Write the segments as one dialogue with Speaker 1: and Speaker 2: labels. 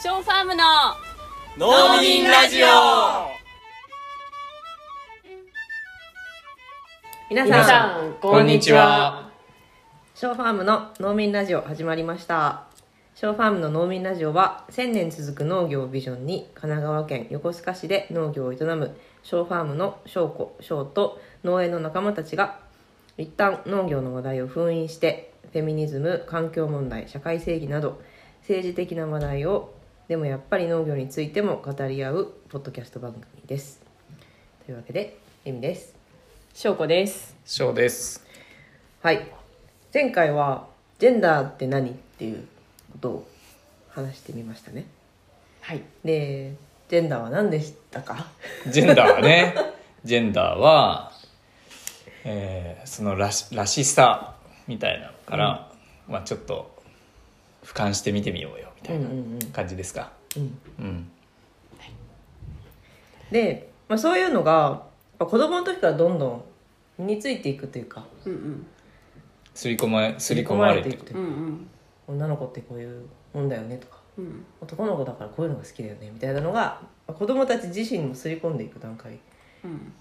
Speaker 1: ショーファームの
Speaker 2: 農民ラジオ
Speaker 3: 皆さん
Speaker 4: 皆さんこんにちは
Speaker 3: ショーファームの農民ラジオ始まりましたショーファームの農民ラジオは1000年続く農業をビジョンに神奈川県横須賀市で農業を営むショーファームの翔子翔と農園の仲間たちが一旦農業の話題を封印してフェミニズム環境問題社会正義など政治的な話題をでもやっぱり農業についても語り合うポッドキャスト番組ですというわけでエミです
Speaker 1: 翔子です
Speaker 4: ショーです。
Speaker 3: はい前回はジェンダーって何っていうことを話してみましたね
Speaker 1: はい
Speaker 3: でジェンダーは何でしたか
Speaker 4: ジェンダーはね、ジェンダーは、えーそのらしらしさみたいなのから、まあちょっと俯瞰して見てみようよみたいな感じですか。
Speaker 3: うん
Speaker 4: うん。
Speaker 3: で、まあ、そういうのがやっぱ子供の時からどんどん身についていくというか
Speaker 1: うんうん
Speaker 4: すり込ま、すり込まれてる。
Speaker 3: 刷り込
Speaker 1: う
Speaker 3: ま
Speaker 1: んうん
Speaker 3: 女の子ってこういうもんだよねとか
Speaker 1: うん
Speaker 3: 男の子だからこういうのが好きだよねみたいなのがまあ子供たち自身にも刷り込んでいく段階
Speaker 1: うん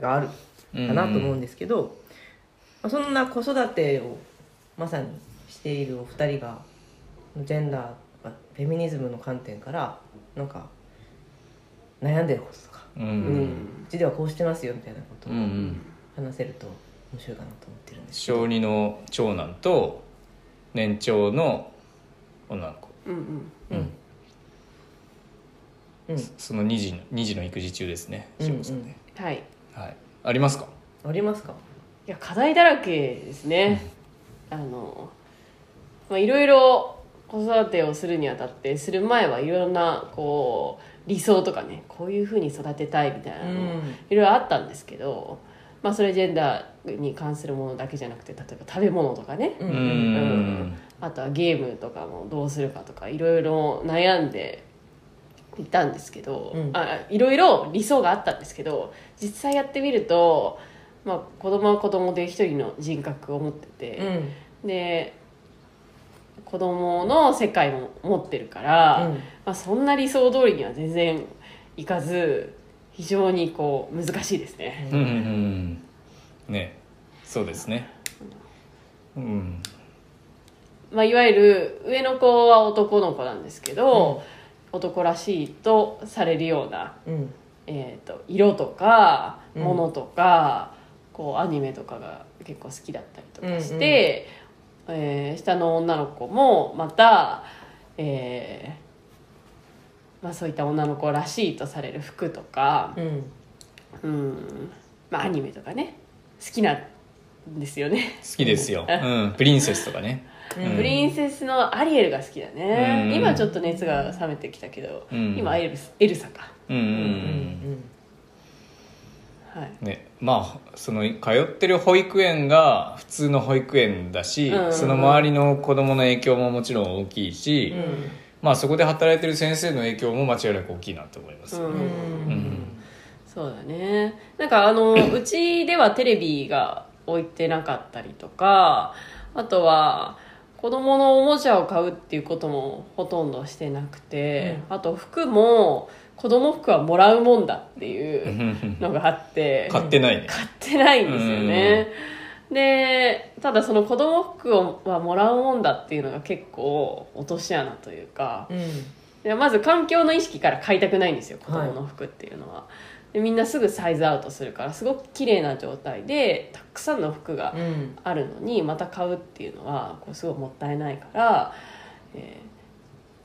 Speaker 3: があるかなと思うんですけど、まあそんな子育てをまさにしているお二人がジェンダーまあフェミニズムの観点からなんか悩んでることとか
Speaker 4: うん
Speaker 1: うん
Speaker 3: うちではこうしてますよみたいなこと
Speaker 4: うんう
Speaker 3: を
Speaker 4: んうん。
Speaker 3: 話せると面白いかなと思ってるんですけど、
Speaker 4: 小二の長男と年長の女の子。
Speaker 1: うん
Speaker 4: うん。
Speaker 3: うん
Speaker 4: その二児の二児の育児中ですね。
Speaker 3: うん
Speaker 4: ショーさんね。
Speaker 1: はいい
Speaker 4: はい。ありますか。
Speaker 3: ありますか
Speaker 1: や課題だらけですねあのまあいろいろ子育てをするにあたってする前はいろんなこう理想とかねこういうふうに育てたいみたいなのをいろいろあったんですけど、まあ、それジェンダーに関するものだけじゃなくて例えば食べ物とかね
Speaker 3: う
Speaker 4: うんん。
Speaker 1: あとはゲームとかもどうするかとかいろいろ悩んでいたんですけど、
Speaker 3: うん
Speaker 1: あいろいろ理想があったんですけど実際やってみると、まあ、子供は子供で一人の人格を持って
Speaker 3: うん
Speaker 1: て、で子供の世界も持ってるから、
Speaker 3: うん
Speaker 1: まあ、そんな理想通りには全然いかず非常にこう難しいですね。
Speaker 4: うんうんうんねそうですねうん
Speaker 1: まあ、いわゆる上の子は男の子なんですけど、男らしいとされるような、
Speaker 3: うん
Speaker 1: えー、と色とか
Speaker 3: うん
Speaker 1: ものとか、こうアニメとかが結構好きだったりとかして、えー下の女の子もまた、えーまあ、そういった女の子らしいとされる服とか、
Speaker 3: うん
Speaker 1: うんまあ、アニメとかね好きなんですよね。
Speaker 4: 好きですよ、うん、プリンセスとかね
Speaker 3: うん
Speaker 1: プリンセスのアリエルが好きだね、
Speaker 4: うん
Speaker 1: 今ちょっと熱が冷めてきたけど、
Speaker 4: うん
Speaker 1: 今エルスエルサか
Speaker 4: うんうんう
Speaker 3: うんん
Speaker 1: はい
Speaker 4: うんねまあその通ってる保育園が普通の保育園だし、
Speaker 1: うん
Speaker 4: その周りの子供の影響ももちろん大きいし、
Speaker 3: うん
Speaker 4: まあそこで働いてる先生の影響も間違いなく大きいなと思います、
Speaker 1: うん
Speaker 3: うん
Speaker 1: そうだねなんかあのうちではテレビが置いてなかったりとかあとは子供のおもちゃを買うっていうこともほとんどしてなくて、あと服も子供服はもらうもんだっていうのがあって
Speaker 4: 買ってないね
Speaker 1: 買ってないんですよね、でただその子供服をはもらうもんだっていうのが結構落とし穴というか
Speaker 3: うん
Speaker 1: でまず環境の意識から買いたくないんですよ子供の服っていうのは、でみんなすぐサイズアウトするからすごく綺麗な状態でたくさんの服が
Speaker 3: うん
Speaker 1: あるのにまた買うっていうのはこうすごいもったいないから、え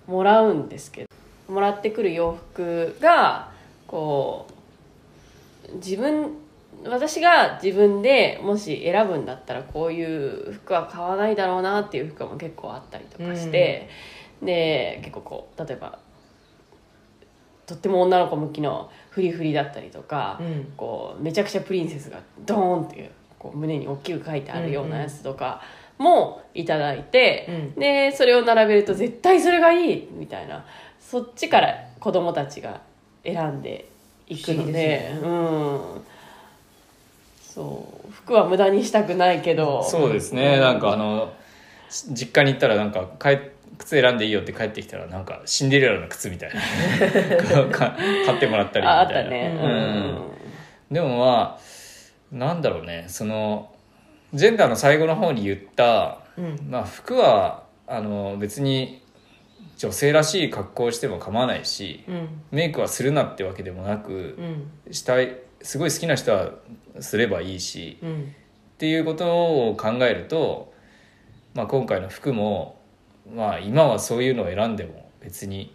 Speaker 1: ーもらうんですけどもらってくる洋服がこう自分私が自分でもし選ぶんだったらこういう服は買わないだろうなっていう服も結構あったりとかして、で結構こう例えばとっても女の子向きのフリフリだったりとか、
Speaker 3: うん
Speaker 1: こうめちゃくちゃプリンセスがドーンっていうこう胸に大きく書いてあるようなやつとかもいただいて、でそれを並べると絶対それがいいみたいなそっちから子供たちが選んでいくの
Speaker 3: 不思議
Speaker 1: で
Speaker 3: です
Speaker 1: うん、そう服は無駄にしたくないけど
Speaker 4: そうですねなんかあのし実家に行ったらなんかかえ靴選んでいいよって帰ってきたらなんかシンデレラの靴みたい なかか買ってもらったりみたいな
Speaker 1: ああったね
Speaker 4: うんでもまあなんだろうねそのジェンダーの最後の方に言った、
Speaker 3: うん
Speaker 4: まあ、服はあの別に女性らしい格好をしても構わないし、
Speaker 3: うん
Speaker 4: メイクはするなってわけでもなく
Speaker 3: う、ん
Speaker 4: したいすごい好きな人はすればいいし
Speaker 3: うん
Speaker 4: っていうことを考えると、まあ、今回の服も、まあ、今はそういうのを選んでも別に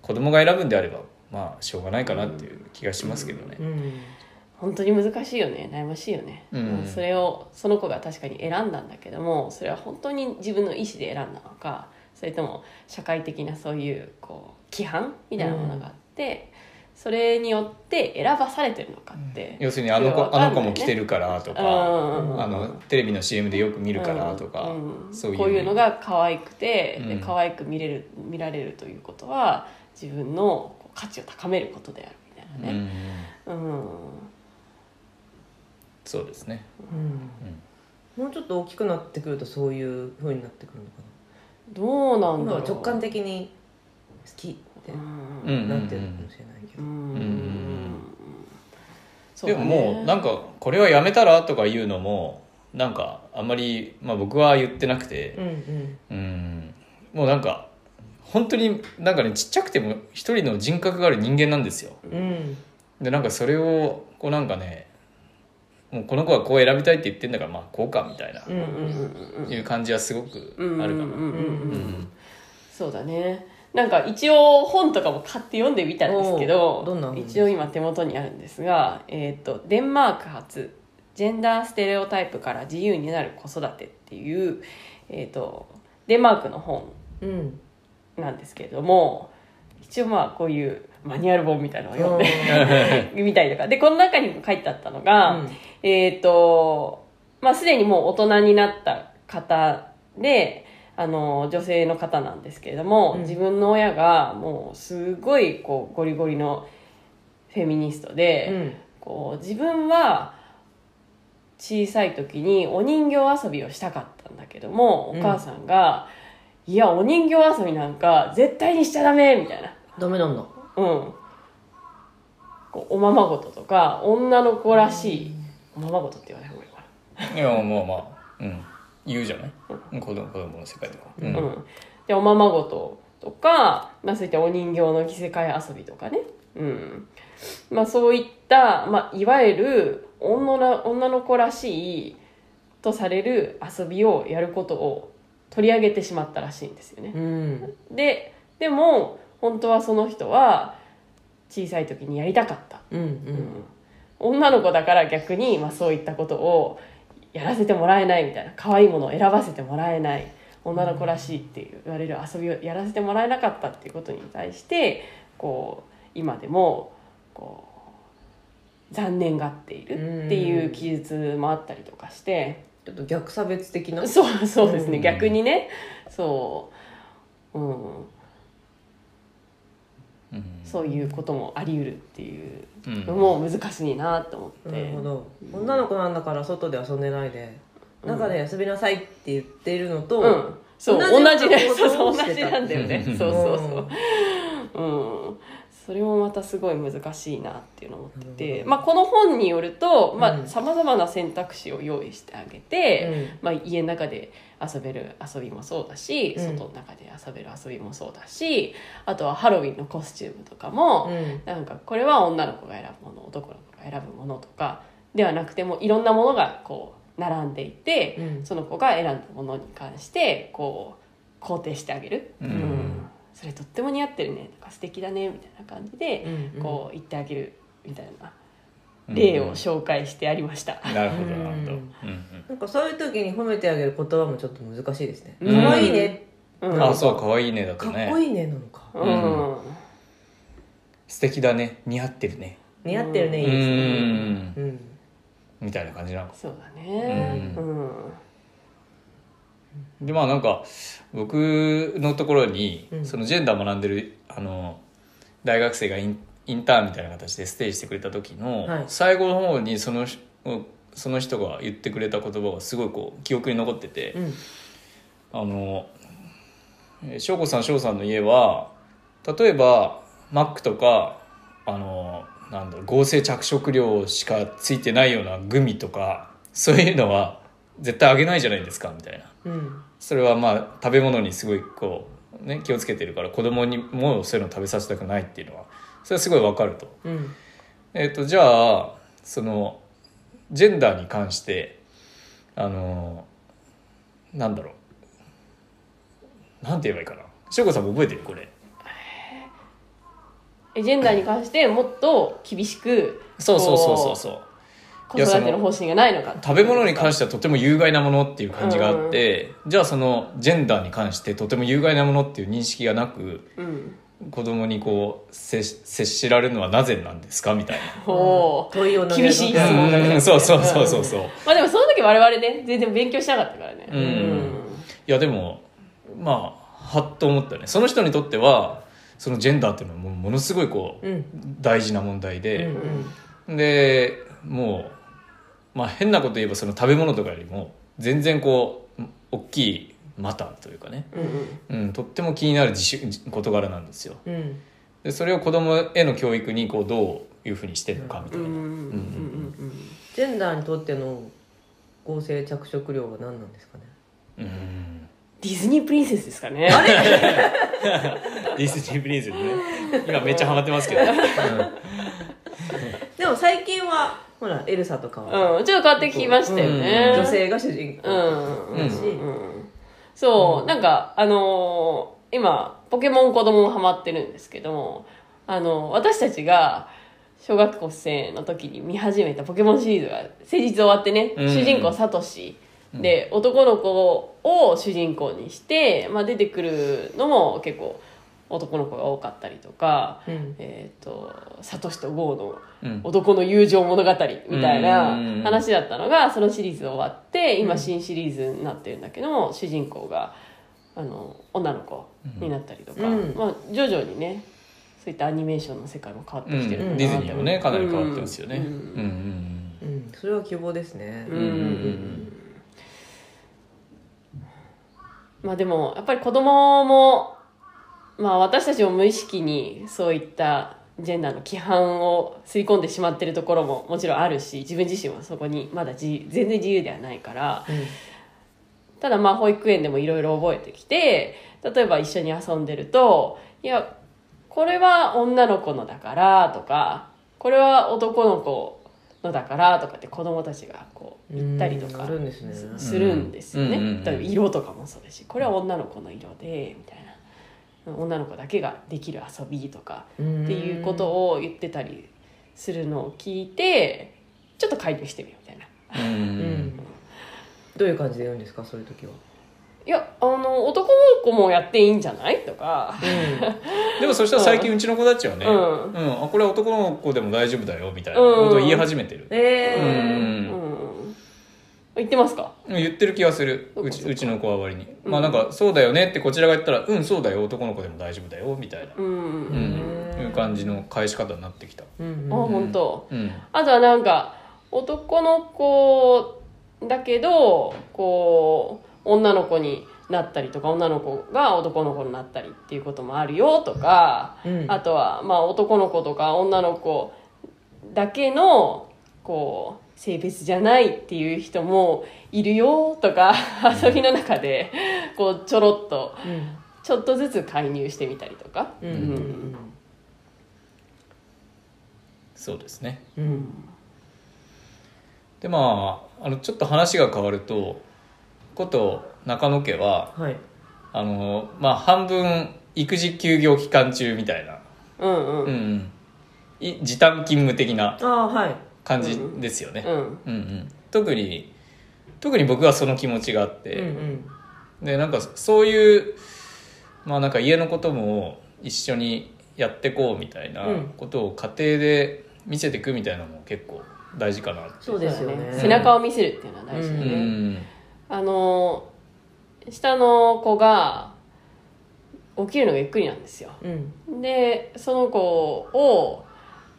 Speaker 4: 子供が選ぶんであればまあしょうがないかなっていう気がしますけどね。
Speaker 3: うん
Speaker 1: 本当に難しいよね悩ましいよね、
Speaker 4: うん
Speaker 1: それをその子が確かに選んだんだけどもそれは本当に自分の意思で選んだのかそれとも社会的なそういうこう規範みたいなものがあって、それによって選ばされてるのかって、
Speaker 4: 要するにあの
Speaker 1: それ
Speaker 4: 子
Speaker 1: は分
Speaker 4: あの
Speaker 1: かんな
Speaker 4: 子
Speaker 1: いね
Speaker 4: も着てるからと
Speaker 1: う
Speaker 4: か、
Speaker 1: ん
Speaker 4: あのテレビの CM でよく見るからとか、
Speaker 1: うん
Speaker 4: そういう
Speaker 1: こういうのが可愛くて、
Speaker 4: う
Speaker 1: で
Speaker 4: ん
Speaker 1: 可愛く見れる見られるということは自分のこう価値を高めることであるみたいな
Speaker 4: う
Speaker 1: ね、
Speaker 4: ん
Speaker 1: うん
Speaker 4: そうですね、
Speaker 3: うん
Speaker 4: うん
Speaker 3: もうちょっと大きくなってくるとそういう風になってくるのか
Speaker 1: どうな
Speaker 3: なん
Speaker 1: だ
Speaker 3: 今
Speaker 1: ろう
Speaker 3: は直感的に好きって
Speaker 1: うん
Speaker 4: うん
Speaker 3: なってるかもしれないけ
Speaker 1: う
Speaker 3: ど
Speaker 1: ん
Speaker 4: でももうなんかこれはやめたらとか言うのもなんかあんまり、まあ、僕は言ってなくて
Speaker 3: う、ん
Speaker 4: うんもうなんか本当になんかねちっちゃくても一人の人格がある人間なんですよ
Speaker 3: うんうん
Speaker 4: でなんかそれをこうなんかねもうこの子はこう選びたいって言ってんだからまあこうかみたいな、
Speaker 3: うん
Speaker 1: うんうんうん
Speaker 4: いう感じはすごくあ
Speaker 1: う
Speaker 4: る
Speaker 1: ん
Speaker 4: かな、
Speaker 1: うんうんうんう
Speaker 4: うんん
Speaker 1: そうだねなんか一応本とかも買って読んでみたんですけ
Speaker 3: お
Speaker 1: ど
Speaker 3: ーどんな本
Speaker 1: 一応今手元にあるんですが、えー、とデンマーク発ジェンダーステレオタイプから自由になる子育てっていう、えー、とデンマークの本
Speaker 3: うん
Speaker 1: なんですけれども一応まあこういうマニュアル本みたいなのを読んで、 みたいとかでこの中にも書いてあったのが、 えっ、と、まあ、すでにもう大人になった方で、あの、女性の方なんですけれども、
Speaker 3: うん
Speaker 1: 自分の親がもうすごい、こう、ゴリゴリのフェミニストで、こう、自分は小さい時にお人形遊びをしたかったんだけども、
Speaker 3: うん
Speaker 1: お母さんが、いや、お人形遊びなんか絶対にしちゃダメみたいな。
Speaker 3: ダメなんだ
Speaker 1: うん、こうおままごととか女の子らしい、おままごとって言わない方がいいか
Speaker 4: いやまあまあ、うん、言うじゃない子供子供の世界とか、うん
Speaker 1: な、うん、でおままごととか、まあ、そういったお人形の着せ替え遊びとかね、うんまあ、そういった、まあ、いわゆる女ら女の子らしいとされる遊びをやることを取り上げてしまったらしいんですよね。
Speaker 3: うん
Speaker 1: ででも本当はその人は小さい時にやりたかった
Speaker 3: うん
Speaker 1: 女の子だから逆に、まあ、そういったことをやらせてもらえないみたいな可愛いものを選ばせてもらえない女の子らしいって言われる遊びをやらせてもらえなかったっていうことに対してこう今でもこう残念がっているっていう記述もあったりとかして、
Speaker 3: ちょっと逆差別的な
Speaker 1: そうそうですね、
Speaker 4: うん
Speaker 1: 逆にねそう、うん、
Speaker 4: うん
Speaker 1: そういうこともあり得るっていう
Speaker 4: うん
Speaker 1: のも難しいなと思って。
Speaker 3: なるほど女の子なんだから外で遊んでないで
Speaker 1: うん
Speaker 3: 中で遊びなさいって言ってるの
Speaker 1: う
Speaker 3: と
Speaker 1: ん、そう
Speaker 3: 同
Speaker 1: 同
Speaker 3: じ
Speaker 1: じ
Speaker 3: よ
Speaker 1: ね
Speaker 3: うな
Speaker 1: そ
Speaker 3: こ
Speaker 1: う
Speaker 3: と
Speaker 1: そ
Speaker 3: を
Speaker 1: う
Speaker 3: し
Speaker 1: 同
Speaker 3: てた
Speaker 1: じなんだよね
Speaker 4: うん
Speaker 1: そうそう
Speaker 3: うん
Speaker 1: そううんそれもまたすごい難しいなっていうのを思って
Speaker 3: なる
Speaker 1: て、
Speaker 3: ほど
Speaker 1: まあ、この本によると
Speaker 3: う
Speaker 1: ま
Speaker 3: ん
Speaker 1: あさまざまな選択肢を用意してあげて、まあ、家の中で遊べる遊びもそうだし、
Speaker 3: うん
Speaker 1: 外の中で遊べる遊びもそうだしあとはハロウィンのコスチュームとかも、
Speaker 3: うん
Speaker 1: なんかこれは女の子が選ぶもの男の子が選ぶものとかではなくてもいろんなものがこう並んでいて、
Speaker 3: うん
Speaker 1: その子が選んだものに関してこう肯定してあげる、
Speaker 4: うん
Speaker 1: それとっても似合ってるねとか素敵だねみたいな感じで、
Speaker 3: うん
Speaker 1: こう言ってあげるみたいな
Speaker 4: うん
Speaker 1: 例を紹介してありました。
Speaker 4: なるほどなるほど、うん
Speaker 3: う
Speaker 4: ん
Speaker 3: なんかそういう時に褒めてあげる言葉もちょっと難しいですね
Speaker 4: うん
Speaker 3: 可愛いね
Speaker 1: う
Speaker 4: うんん、あそう可愛いねだ
Speaker 3: か
Speaker 4: と
Speaker 3: っ
Speaker 4: ね
Speaker 3: こいいねなのか
Speaker 1: うん
Speaker 4: うん素敵だね似合ってるね
Speaker 3: 似合ってるねいいですねうん
Speaker 4: みたいな感じなの
Speaker 1: そうだね、う
Speaker 4: うんでまあなんか僕のところに、
Speaker 3: うん
Speaker 4: そのジェンダー学んでるあの大学生がインインターンみたいな形でステージしてくれた時の、
Speaker 3: はい
Speaker 4: 最後の方にその人その人が言ってくれた言葉がすごいこう記憶に残ってて、
Speaker 3: うん
Speaker 4: あのえー翔子さん翔さんの家は例えばマックとかあのなんだろう合成着色料しかついてないようなグミとかそういうのは絶対あげないじゃないですかみたいな
Speaker 3: うん
Speaker 4: それはまあ食べ物にすごいこう、ね、気をつけてるから子供にもそういうの食べさせたくないっていうのはそれはすごいわかると。
Speaker 3: うん
Speaker 4: えっ、とじゃあそのジェンダーに関してあのなんだろうなんて言えばいいかな翔子さんも覚えてるこれ
Speaker 1: えジェンダーに関してもっと厳しく
Speaker 4: そうそうそう
Speaker 1: こ
Speaker 4: そう
Speaker 1: う
Speaker 4: そう
Speaker 1: 子育ての方針がないのか
Speaker 4: 食べ物に関してはとても有害なものっていう感じがあって、じゃあそのジェンダーに関してとても有害なものっていう認識がなく
Speaker 1: うん
Speaker 4: 子供にこう接し接しられるのはなぜなんですかみたい
Speaker 1: おお
Speaker 3: 問いを投げかけ
Speaker 1: 厳しい質
Speaker 4: な、
Speaker 1: 問だね
Speaker 4: うんそうそうそうそうそう
Speaker 1: まあでもその時我々ね全然勉強しなかったからね
Speaker 4: うんいやでもまあはっと思ったねその人にとってはそのジェンダーっていうのはもうものすごいこう、
Speaker 3: うん
Speaker 4: 大事な問題
Speaker 3: うん
Speaker 4: で、
Speaker 3: うん
Speaker 4: でもう、まあ、変なこと言えばその食べ物とかよりも全然こう大きいマターというかね、
Speaker 1: うん
Speaker 4: うん、とっても気になる自主事柄なんですよ
Speaker 3: うん
Speaker 4: でそれを子供への教育にこうどういうふうにしてるのかみた
Speaker 1: う
Speaker 4: い
Speaker 1: んうんうん
Speaker 4: な、
Speaker 1: うんうん
Speaker 3: ジェンダーにとっての合成着色料は何なんですかね
Speaker 4: うん
Speaker 1: ディズニープリンセスですかね
Speaker 4: ディズニープリンセスね今めっちゃハマってますけど、
Speaker 3: でも最近はほらエルサとかは、
Speaker 1: うんちょっと変わってきましたよね、
Speaker 4: うん
Speaker 3: 女性が主人公
Speaker 1: う
Speaker 3: だ
Speaker 4: う
Speaker 1: ん
Speaker 4: ん
Speaker 3: し、
Speaker 1: うんそう、なんかあのー今ポケモン子供もハマってるんですけどもあの私たちが小学校生の時に見始めたポケモンシリーズが先日終わってね、
Speaker 4: うん
Speaker 1: 主人公サトシで、男の子を主人公にして、まあ、出てくるのも結構男の子が多かったりとか、
Speaker 3: うん
Speaker 1: えっ、とサトシとゴーの
Speaker 4: うん
Speaker 1: 男の友情物語みたいな
Speaker 4: うん
Speaker 1: 話だったのがそのシリーズ終わって今新シリーズになってるんだけども主人公があの女の子になったりとか、
Speaker 3: うん
Speaker 1: まあ、徐々にねそういったアニメーションの世界も変わっ
Speaker 4: う
Speaker 1: て
Speaker 4: ん
Speaker 1: きてる
Speaker 4: ディズニーもねかなり変わってますよね、
Speaker 1: うん
Speaker 4: うんうん
Speaker 3: うん、それは希望ですね、
Speaker 1: うん
Speaker 4: うんうん
Speaker 1: まあでもやっぱり子供もまあ私たちも無意識にそういったジェンダーの規範を吸い込んでしまってるところももちろんあるし自分自身はそこにまだじ全然自由ではないからただまあ保育園でもいろいろ覚えてきて例えば一緒に遊んでると「いやこれは女の子のだから」とか「これは男の子のだから」とかって子供たちがこう言ったりと
Speaker 3: うん
Speaker 1: か
Speaker 3: あるんですね
Speaker 1: するんですよね。
Speaker 4: うんうんうんうん
Speaker 1: 例えば色とかもそうですしこれは女の子の色でみたいな女の子だけができる遊びとか
Speaker 3: って
Speaker 1: っていうことを言ってたりするのを聞いてちょっと介入してみようみたいな。
Speaker 4: うんうん
Speaker 3: う
Speaker 4: うん
Speaker 3: んどういう感じで言うんですかそういう時は、
Speaker 1: いやあの男の子もやっていいんじゃないとか
Speaker 4: でもそしたら最近うちの子たちはね、
Speaker 1: う
Speaker 4: うんんあこれは男の子でも大丈夫だよみたいなことを言い始めてる、
Speaker 1: う
Speaker 3: え
Speaker 1: ん、言ってますか
Speaker 4: 言ってる気がする
Speaker 1: そうか
Speaker 4: うちうちの子は割に、
Speaker 1: うん
Speaker 4: まあなんか「そうだよね」ってこちらが言ったら「うんそうだよ男の子でも大丈夫だよ」みたいな、
Speaker 1: うん、
Speaker 4: うんいう感じの返し方になってきた、
Speaker 3: ー、うん
Speaker 1: あ本当
Speaker 4: うん、
Speaker 1: あとはなんか男の子だけどこう女の子になったりとか女の子が男の子になったりっていうこともあるよとか、
Speaker 3: うん
Speaker 1: あとはまあ男の子とか女の子だけのこう性別じゃないっていう人もいるよとか遊びの中でこうちょろっと
Speaker 3: うん
Speaker 1: ちょっとずつ介入してみたりとか、
Speaker 3: うん
Speaker 4: そうですね
Speaker 3: うんうん
Speaker 4: でまああのちょっと話が変わるとこと中野家は
Speaker 3: はい
Speaker 4: あのまあ半分育児休業期間中みたいな、
Speaker 1: うんう
Speaker 4: う
Speaker 1: ん
Speaker 4: んうん、い時短勤務的な
Speaker 3: ああはい
Speaker 4: 感じですよね、
Speaker 1: うん
Speaker 4: うんうん、特に特に僕はその気持ちがあっ
Speaker 3: うんう
Speaker 4: て、
Speaker 3: ん
Speaker 4: でなんかそういうまあなんか家のことも一緒にやってこうみたいな
Speaker 3: うん
Speaker 4: ことを家庭で見せていくみたいなのも結構大事かなって、
Speaker 3: そうですよね
Speaker 1: 背中を見せるっていうのは大事だ
Speaker 4: う
Speaker 1: ね、
Speaker 4: んうん
Speaker 1: あの下の子が起きるのがゆっくりなんですよ
Speaker 3: うん
Speaker 1: でその子を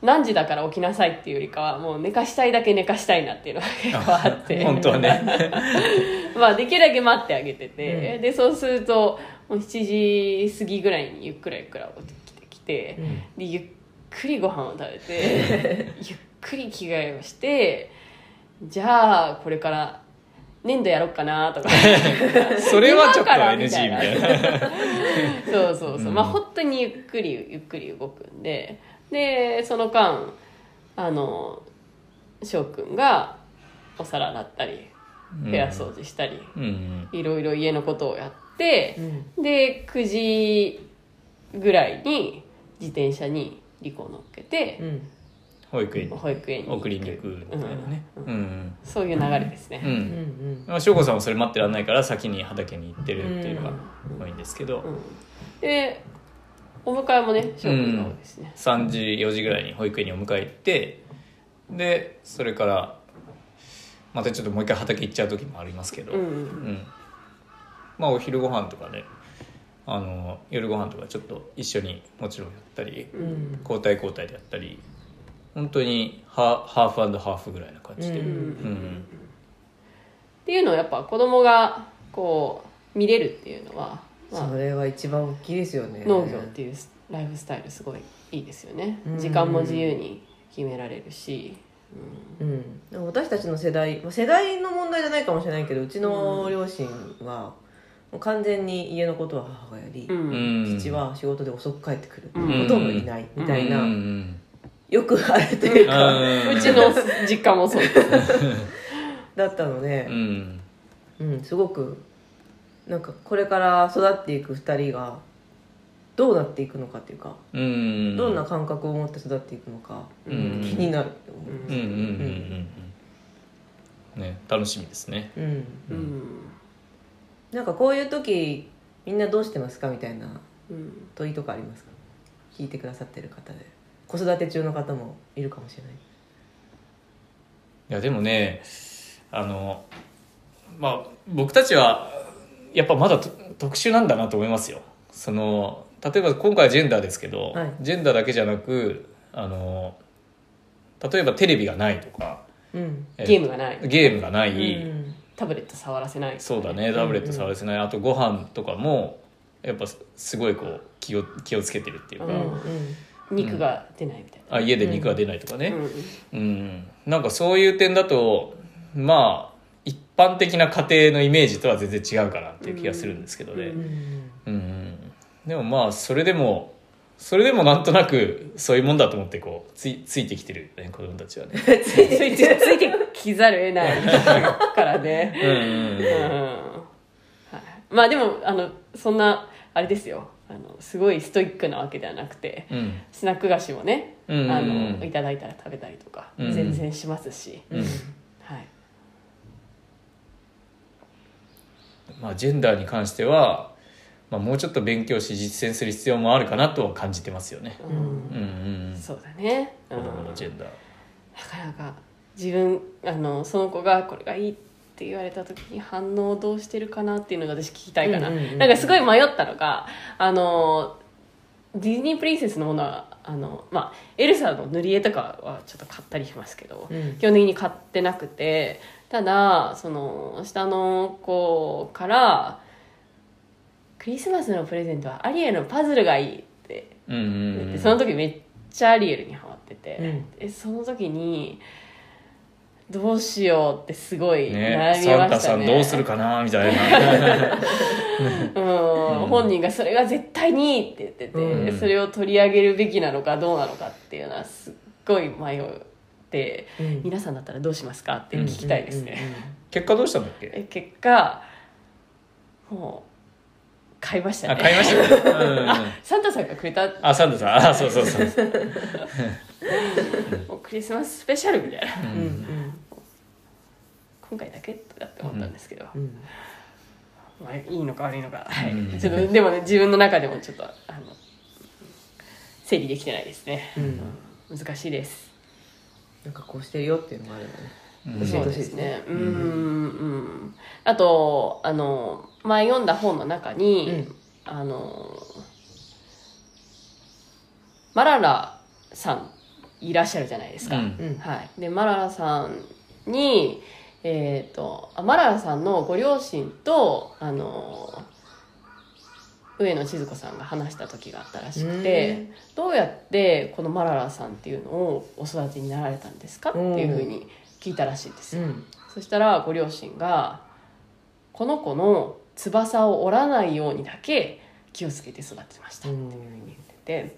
Speaker 1: 何時だから起きなさいっていうよりかはもう寝かしたいだけ寝かしたいなっていうのが結構あって
Speaker 4: 本当はね
Speaker 1: まあできるだけ待ってあげてて、
Speaker 3: うん
Speaker 1: でそうするともう7時過ぎぐらいにゆっくらゆっくら起きてきて、でゆっくりご飯を食べてゆっくり着替えをしてじゃあこれから粘土やろっかなとか
Speaker 4: それはちょっと
Speaker 1: 今から
Speaker 4: NG
Speaker 1: み
Speaker 4: み
Speaker 1: た
Speaker 4: た
Speaker 1: いない
Speaker 4: な
Speaker 1: そうそうそう、
Speaker 4: うん
Speaker 1: まあ本当にゆっくりゆっくり動くんででその間あの翔くんがお皿だったり部屋掃除したり、
Speaker 4: うん
Speaker 1: いろいろ家のことをやって、
Speaker 3: うん
Speaker 1: で9時ぐらいに自転車にリコを乗っけて
Speaker 3: う、ん
Speaker 4: 保育園に
Speaker 1: 保育園に行く
Speaker 4: 送りに行くみたいなね
Speaker 1: うん
Speaker 4: うん
Speaker 1: そういう流れですね、
Speaker 4: う
Speaker 3: うんん
Speaker 4: まあ翔子さんはそれ待ってらんないから先に畑に行ってるっていうのが多いんですけど
Speaker 1: うんでお迎えもね翔くんが多いですね、
Speaker 4: 3時4時ぐらいに保育園にお迎え行ってでそれからまたちょっともう一回畑行っちゃう時もありますけど、
Speaker 1: うん
Speaker 4: うんまあお昼ご飯とかねあの夜ご飯とかちょっと一緒にもちろんやったり、
Speaker 1: うんうん
Speaker 4: 交代交代でやったり本当にハハーフハーフぐらいな感じで、
Speaker 3: う
Speaker 1: うん
Speaker 3: ん
Speaker 4: うん
Speaker 1: っていうのはやっぱ子供がこう見れるっていうのは、ま
Speaker 3: そ
Speaker 1: あ、
Speaker 3: れは一番大きいですよね
Speaker 1: 農業っていうライフスタイルすごいいいですよね、
Speaker 3: うん
Speaker 1: 時間も自由に決められるし、
Speaker 3: うん、でも私たちの世代、まあ、世代の問題じゃないかもしれないけどうちの両親はもう完全に家のことは母がやり、
Speaker 1: うん
Speaker 4: うん
Speaker 3: 父は仕事で遅く帰ってくる、
Speaker 1: うん
Speaker 3: ほとんどいないみたいな、
Speaker 4: うんうん
Speaker 3: よくあるといううんか、
Speaker 1: うちの実家もそうです、
Speaker 3: だったので
Speaker 4: う、ん
Speaker 3: うんすごくなんかこれから育っていく2人がどうなっていくのかっていうか、
Speaker 4: うん
Speaker 3: どんな感覚を持って育っていくのか、
Speaker 4: うん
Speaker 3: 気になる、
Speaker 4: うんうんうんうんうんね楽しみですね
Speaker 3: うん、
Speaker 1: うん
Speaker 3: なんかこういう時みんなどうしてますかみたいな
Speaker 1: うん
Speaker 3: 問いとかありますか聞いてくださってる方で子育て中の方もいるかもしれない
Speaker 4: いやでもねあのまあ僕たちはやっぱまだと特殊なんだなと思いますよその例えば今回はジェンダーですけど、
Speaker 3: はい
Speaker 4: ジェンダーだけじゃなくあの例えばテレビがないとか
Speaker 3: うん
Speaker 4: え
Speaker 1: ゲームがない
Speaker 4: ゲームがない、
Speaker 3: うん
Speaker 1: タブレット触らせない
Speaker 4: そうだねタブレット触らせない、あとご飯とかもやっぱすすごいこう気を気をつけてるっていうか、
Speaker 1: うん肉が出ないみたい
Speaker 4: あ家で肉が出ないとかね、
Speaker 1: な、うん
Speaker 4: うん、なんかそういう点だとまあ一般的な家庭のイメージとは全然違うかなっていう気がするんですけどね、
Speaker 1: う
Speaker 4: うんん
Speaker 3: うん
Speaker 4: でもまあそれでもそれでもなんとなくそういうもんだと思ってこうついついてきてるよね子供たちは ね。
Speaker 1: ついてついてきざるを得ないからね
Speaker 4: うんうんうん
Speaker 1: はいまあでもあのそんなあれですよあのすごいストイックなわけではなくて
Speaker 4: うん
Speaker 1: スナック菓子もね、
Speaker 4: うんうん
Speaker 1: あのいただいたら食べたりとか、
Speaker 4: うん
Speaker 1: 全然しますし、
Speaker 4: うん
Speaker 1: はい、
Speaker 4: まあ、ジェンダーに関しては、まあ、もうちょっと勉強し実践する必要もあるかなとは感じてますよね。
Speaker 1: う
Speaker 4: うん
Speaker 1: ん
Speaker 4: うん
Speaker 1: そうだね、う
Speaker 4: うんん、子供のジェンダー
Speaker 1: なかなか自分あのその子がこれがいいって言われた時に反応どうしてるかなっていうのが私聞きたいかな、
Speaker 3: うんうんうん
Speaker 1: なんかすごい迷ったのがあのディズニープリンセスのものはあの、まあ、エルサの塗り絵とかはちょっと買ったりしますけど、
Speaker 3: うん
Speaker 1: 基本的に買ってなくてただその下の子から「クリスマスのプレゼントはアリエルのパズルがいい」って
Speaker 4: うんうんうん
Speaker 1: でその時めっちゃアリエルにハマってて、
Speaker 3: うん
Speaker 1: でその時にどうしようってすごい
Speaker 4: ね
Speaker 1: 悩み
Speaker 4: サ
Speaker 1: ま
Speaker 4: ンタ
Speaker 1: した
Speaker 4: さ
Speaker 1: ね
Speaker 4: んどうするかなみたい な。
Speaker 1: うん
Speaker 4: うん
Speaker 1: 本人がそれが絶対にいいって言ってて、
Speaker 4: うん
Speaker 1: それを取り上げるべきなのかどうなのかっていうのはすっごい迷って
Speaker 3: うん
Speaker 1: 皆さんだったらどうしますかって聞きたいですね、
Speaker 4: 結果どうしたんだっけ
Speaker 1: え結果もう買いました
Speaker 4: あ
Speaker 1: ね
Speaker 4: 買いました、 うん、
Speaker 1: サンタさんがくれた
Speaker 4: あサンタさんあそうそうそうそう
Speaker 1: もうクリスマススペシャルみたいな
Speaker 3: うんうん
Speaker 1: 今回だけだって思ったんですけど、
Speaker 3: うんうん
Speaker 1: まあ、いいのか悪いのか、はい
Speaker 4: うん
Speaker 1: ちょっとでもね自分の中でもちょっとあの整理できてないですね、
Speaker 3: うん
Speaker 1: 難しいです
Speaker 3: なんかこうしてるよっていうのがあればね
Speaker 4: うん
Speaker 3: 教
Speaker 1: そ
Speaker 3: えて
Speaker 1: う
Speaker 3: ほ
Speaker 1: で
Speaker 3: しいですすね
Speaker 1: ねうんうんあとあの前読んだ本の中に、
Speaker 3: うん
Speaker 1: あのマララさんいらっしゃるじゃないですか、
Speaker 4: うん
Speaker 1: はい、でマララさんに、えー、とあマララさんのご両親とあの上野千鶴子さんが話した時があったらしくてどうやってこのマララさんっていうのをお育てになられたんですかっていうふうに聞いたらしいです
Speaker 3: う
Speaker 1: よ、
Speaker 3: ん
Speaker 1: そしたらご両親がこの子の翼を折らないようにだけ気をつけて育てました、で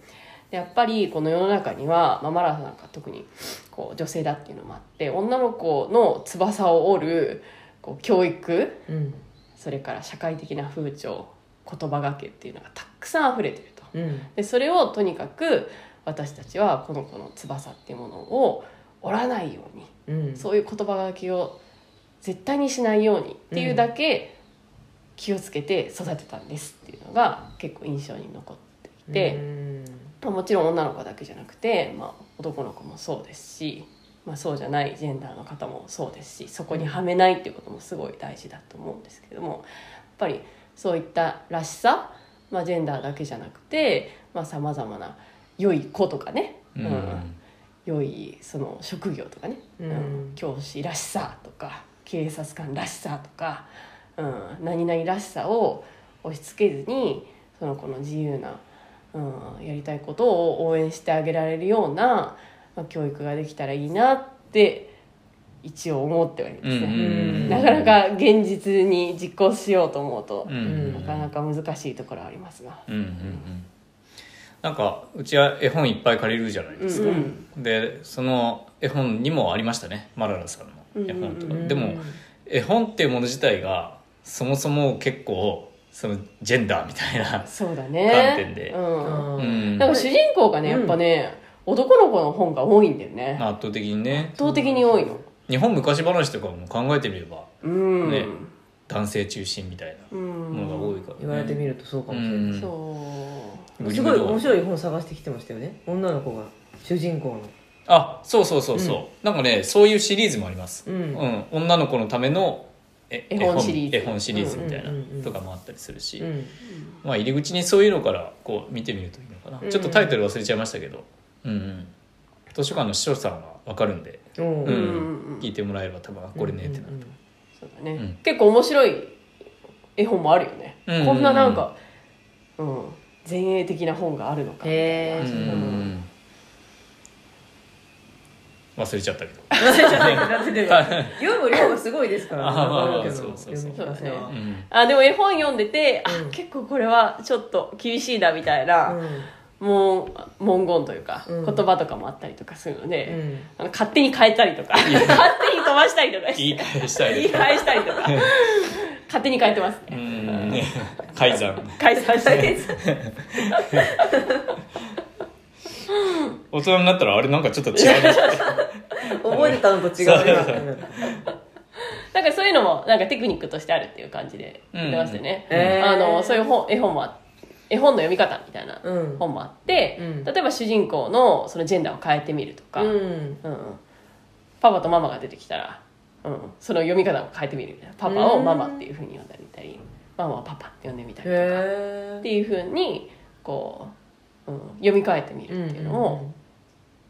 Speaker 1: でやっぱりこの世の中には、まあ、マラさんなんか特にこう女性だっていうのもあって女の子の翼を折るこう教育
Speaker 3: うん
Speaker 1: それから社会的な風潮言葉がけっていうのがたくさん溢れてると
Speaker 3: うん
Speaker 1: でそれをとにかく私たちはこの子の翼っていうものを折らないように
Speaker 3: うん
Speaker 1: そういう言葉書きを絶対にしないようにっていうだけ気をつけて育てたんですっていうのが結構印象に残っていて、
Speaker 3: うん
Speaker 1: まあもちろん女の子だけじゃなくて、まあ、男の子もそうですし、まあ、そうじゃないジェンダーの方もそうですしそこにはめないっていうこともすごい大事だと思うんですけどもやっぱりそういったらしさ、まあ、ジェンダーだけじゃなくてさまざ、まな良い子とかね、
Speaker 4: うん
Speaker 1: 良いその職業とかね、
Speaker 3: うん
Speaker 1: 教師らしさとか警察官らしさとか、うん、何々らしさを押し付けずにその子の自由な、うん、やりたいことを応援してあげられるような、まあ、教育ができたらいいなって一応思ってはいるんですね、
Speaker 3: うん
Speaker 1: なかなか現実に実行しようと思うと、
Speaker 4: うん
Speaker 3: ん
Speaker 1: なかなか難しいところはありますが。
Speaker 4: うんうんうんなんかうちは絵本いっぱい借りるじゃないですか、
Speaker 1: うん
Speaker 4: でその絵本にもありましたねマララさんの絵本とか、
Speaker 1: うんう
Speaker 3: う
Speaker 1: ん
Speaker 3: ん
Speaker 4: でも絵本っていうもの自体がそもそも結構そのジェンダーみたいな、
Speaker 1: そうだね
Speaker 4: 観点で
Speaker 1: うん
Speaker 4: う
Speaker 3: うん
Speaker 4: ん、
Speaker 1: なんか
Speaker 4: 圧
Speaker 1: 主人公がねやっぱね、男の子の本が多いんだよね、
Speaker 4: 倒的にね
Speaker 1: 圧倒的に多いの
Speaker 4: 日本昔話とかも考えてみれば
Speaker 1: うん、
Speaker 4: ね男性中心みたい
Speaker 1: うん
Speaker 4: なものが多いから、ね
Speaker 3: 言われてみるとそうかもしれない
Speaker 4: うん
Speaker 1: そう
Speaker 4: グリ
Speaker 3: す
Speaker 4: ム
Speaker 3: ごい
Speaker 4: 童話
Speaker 3: 面白い本探してきてましたよね女の子が主人公の
Speaker 4: あそうそうそうそう、なんかねそういうシリーズもあります、
Speaker 3: うん
Speaker 4: 女の子のためのえ
Speaker 1: 絵本シリーズ
Speaker 4: 絵本シリーズみたいな
Speaker 3: うんうんうん
Speaker 4: とかもあったりするし、
Speaker 3: うん
Speaker 4: まあ、入り口にそういうのからこう見てみるといいのかな、
Speaker 3: うん
Speaker 4: ちょっとタイトル忘れちゃいましたけど、うんうん図書館の視聴者さんは分かるんで、
Speaker 3: おう
Speaker 4: うん
Speaker 1: うん
Speaker 4: 聞いてもらえば多分あこれねってなる、
Speaker 1: そうだね、
Speaker 4: うん
Speaker 1: 結構面白い絵本もあるよね、
Speaker 4: うん
Speaker 1: こんななんか、うん、前衛的な本があるのかみたい
Speaker 3: へ
Speaker 1: な
Speaker 4: う
Speaker 3: ー
Speaker 4: ん
Speaker 1: うん
Speaker 4: 忘れちゃったけど、
Speaker 3: 忘れちゃったけど忘れてる読む量がすごいですからね
Speaker 4: あー
Speaker 3: 中野家の
Speaker 4: そうそうそう
Speaker 3: 読み聞かせは
Speaker 4: うん
Speaker 1: あでも絵本読んでて、
Speaker 3: う
Speaker 1: あ
Speaker 3: ん
Speaker 1: 結構これはちょっと厳しいなみたいな、もう文言というか、
Speaker 3: うん
Speaker 1: 言葉とかもあったりとかするので、
Speaker 3: うんうん
Speaker 1: あの勝手に変えたりとか勝手に飛ばしたりとかして
Speaker 4: 言い返した
Speaker 1: 言い
Speaker 4: い
Speaker 1: 返したりとか 勝手に変えてます
Speaker 4: う
Speaker 1: ね、
Speaker 4: んね 改ざん
Speaker 1: 解散して
Speaker 4: 大人になったらあれなんかちょっと違うな
Speaker 3: 覚えてたのと違うな
Speaker 1: なんかそういうのもなんかテクニックとしてあるっていう感じで言ってましたよね、
Speaker 3: うんうんへー
Speaker 1: あのそういう本絵本もあ絵本の読み方みたいな
Speaker 3: うん
Speaker 1: 本もあって、
Speaker 3: うん
Speaker 1: 例えば主人公のそのジェンダーを変えてみるとか、
Speaker 3: う
Speaker 1: うん
Speaker 3: ん
Speaker 1: うんパパとママが出てきたら、うん、その読み方を変えてみるみたいなパパをママっていうふうに呼んだりみたりママはパパって呼んでみたりとか
Speaker 3: へえ
Speaker 1: っていうふうにこう、うん、読み替えてみるっていうの
Speaker 3: うんうんう
Speaker 1: を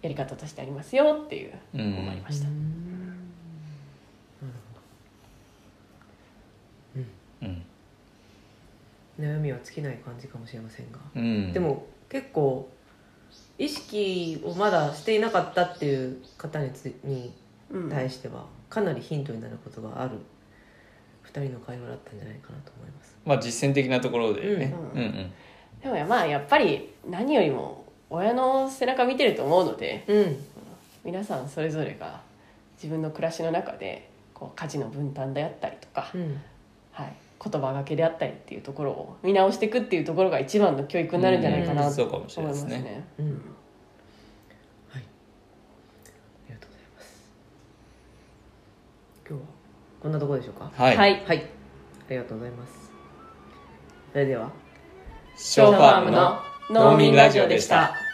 Speaker 1: やり方としてありますよっていう
Speaker 4: うん
Speaker 1: のもありました、
Speaker 4: うん
Speaker 3: 悩みは尽きない感じかもしれませんが
Speaker 4: うん
Speaker 3: でも結構意識をまだしていなかったっていう方につに
Speaker 1: うん
Speaker 3: 対してはかなりヒントになることがある2人の会話だったんじゃないかなと思います。
Speaker 4: まあ実践的なところでね、
Speaker 1: うん
Speaker 4: うん
Speaker 1: でもまあやっぱり何よりも親の背中見てると思うので
Speaker 3: うん、
Speaker 1: 皆さんそれぞれが自分の暮らしの中でこう家事の分担であったりとか、
Speaker 3: うん
Speaker 1: はい、言葉がけであったりっていうところを見直していくっていうところが一番の教育になるんじゃないか
Speaker 4: う
Speaker 1: なんと
Speaker 4: そうか
Speaker 1: 思い
Speaker 4: も
Speaker 1: ま
Speaker 4: し
Speaker 1: す
Speaker 4: れないですね
Speaker 1: ね。
Speaker 3: うんはい。ありがとうございます。今日はこんなところでしょうか。
Speaker 4: はい、
Speaker 1: はい
Speaker 3: はい。ありがとうございます。それでは。
Speaker 4: ショーファームの
Speaker 1: 農民ラジオでした。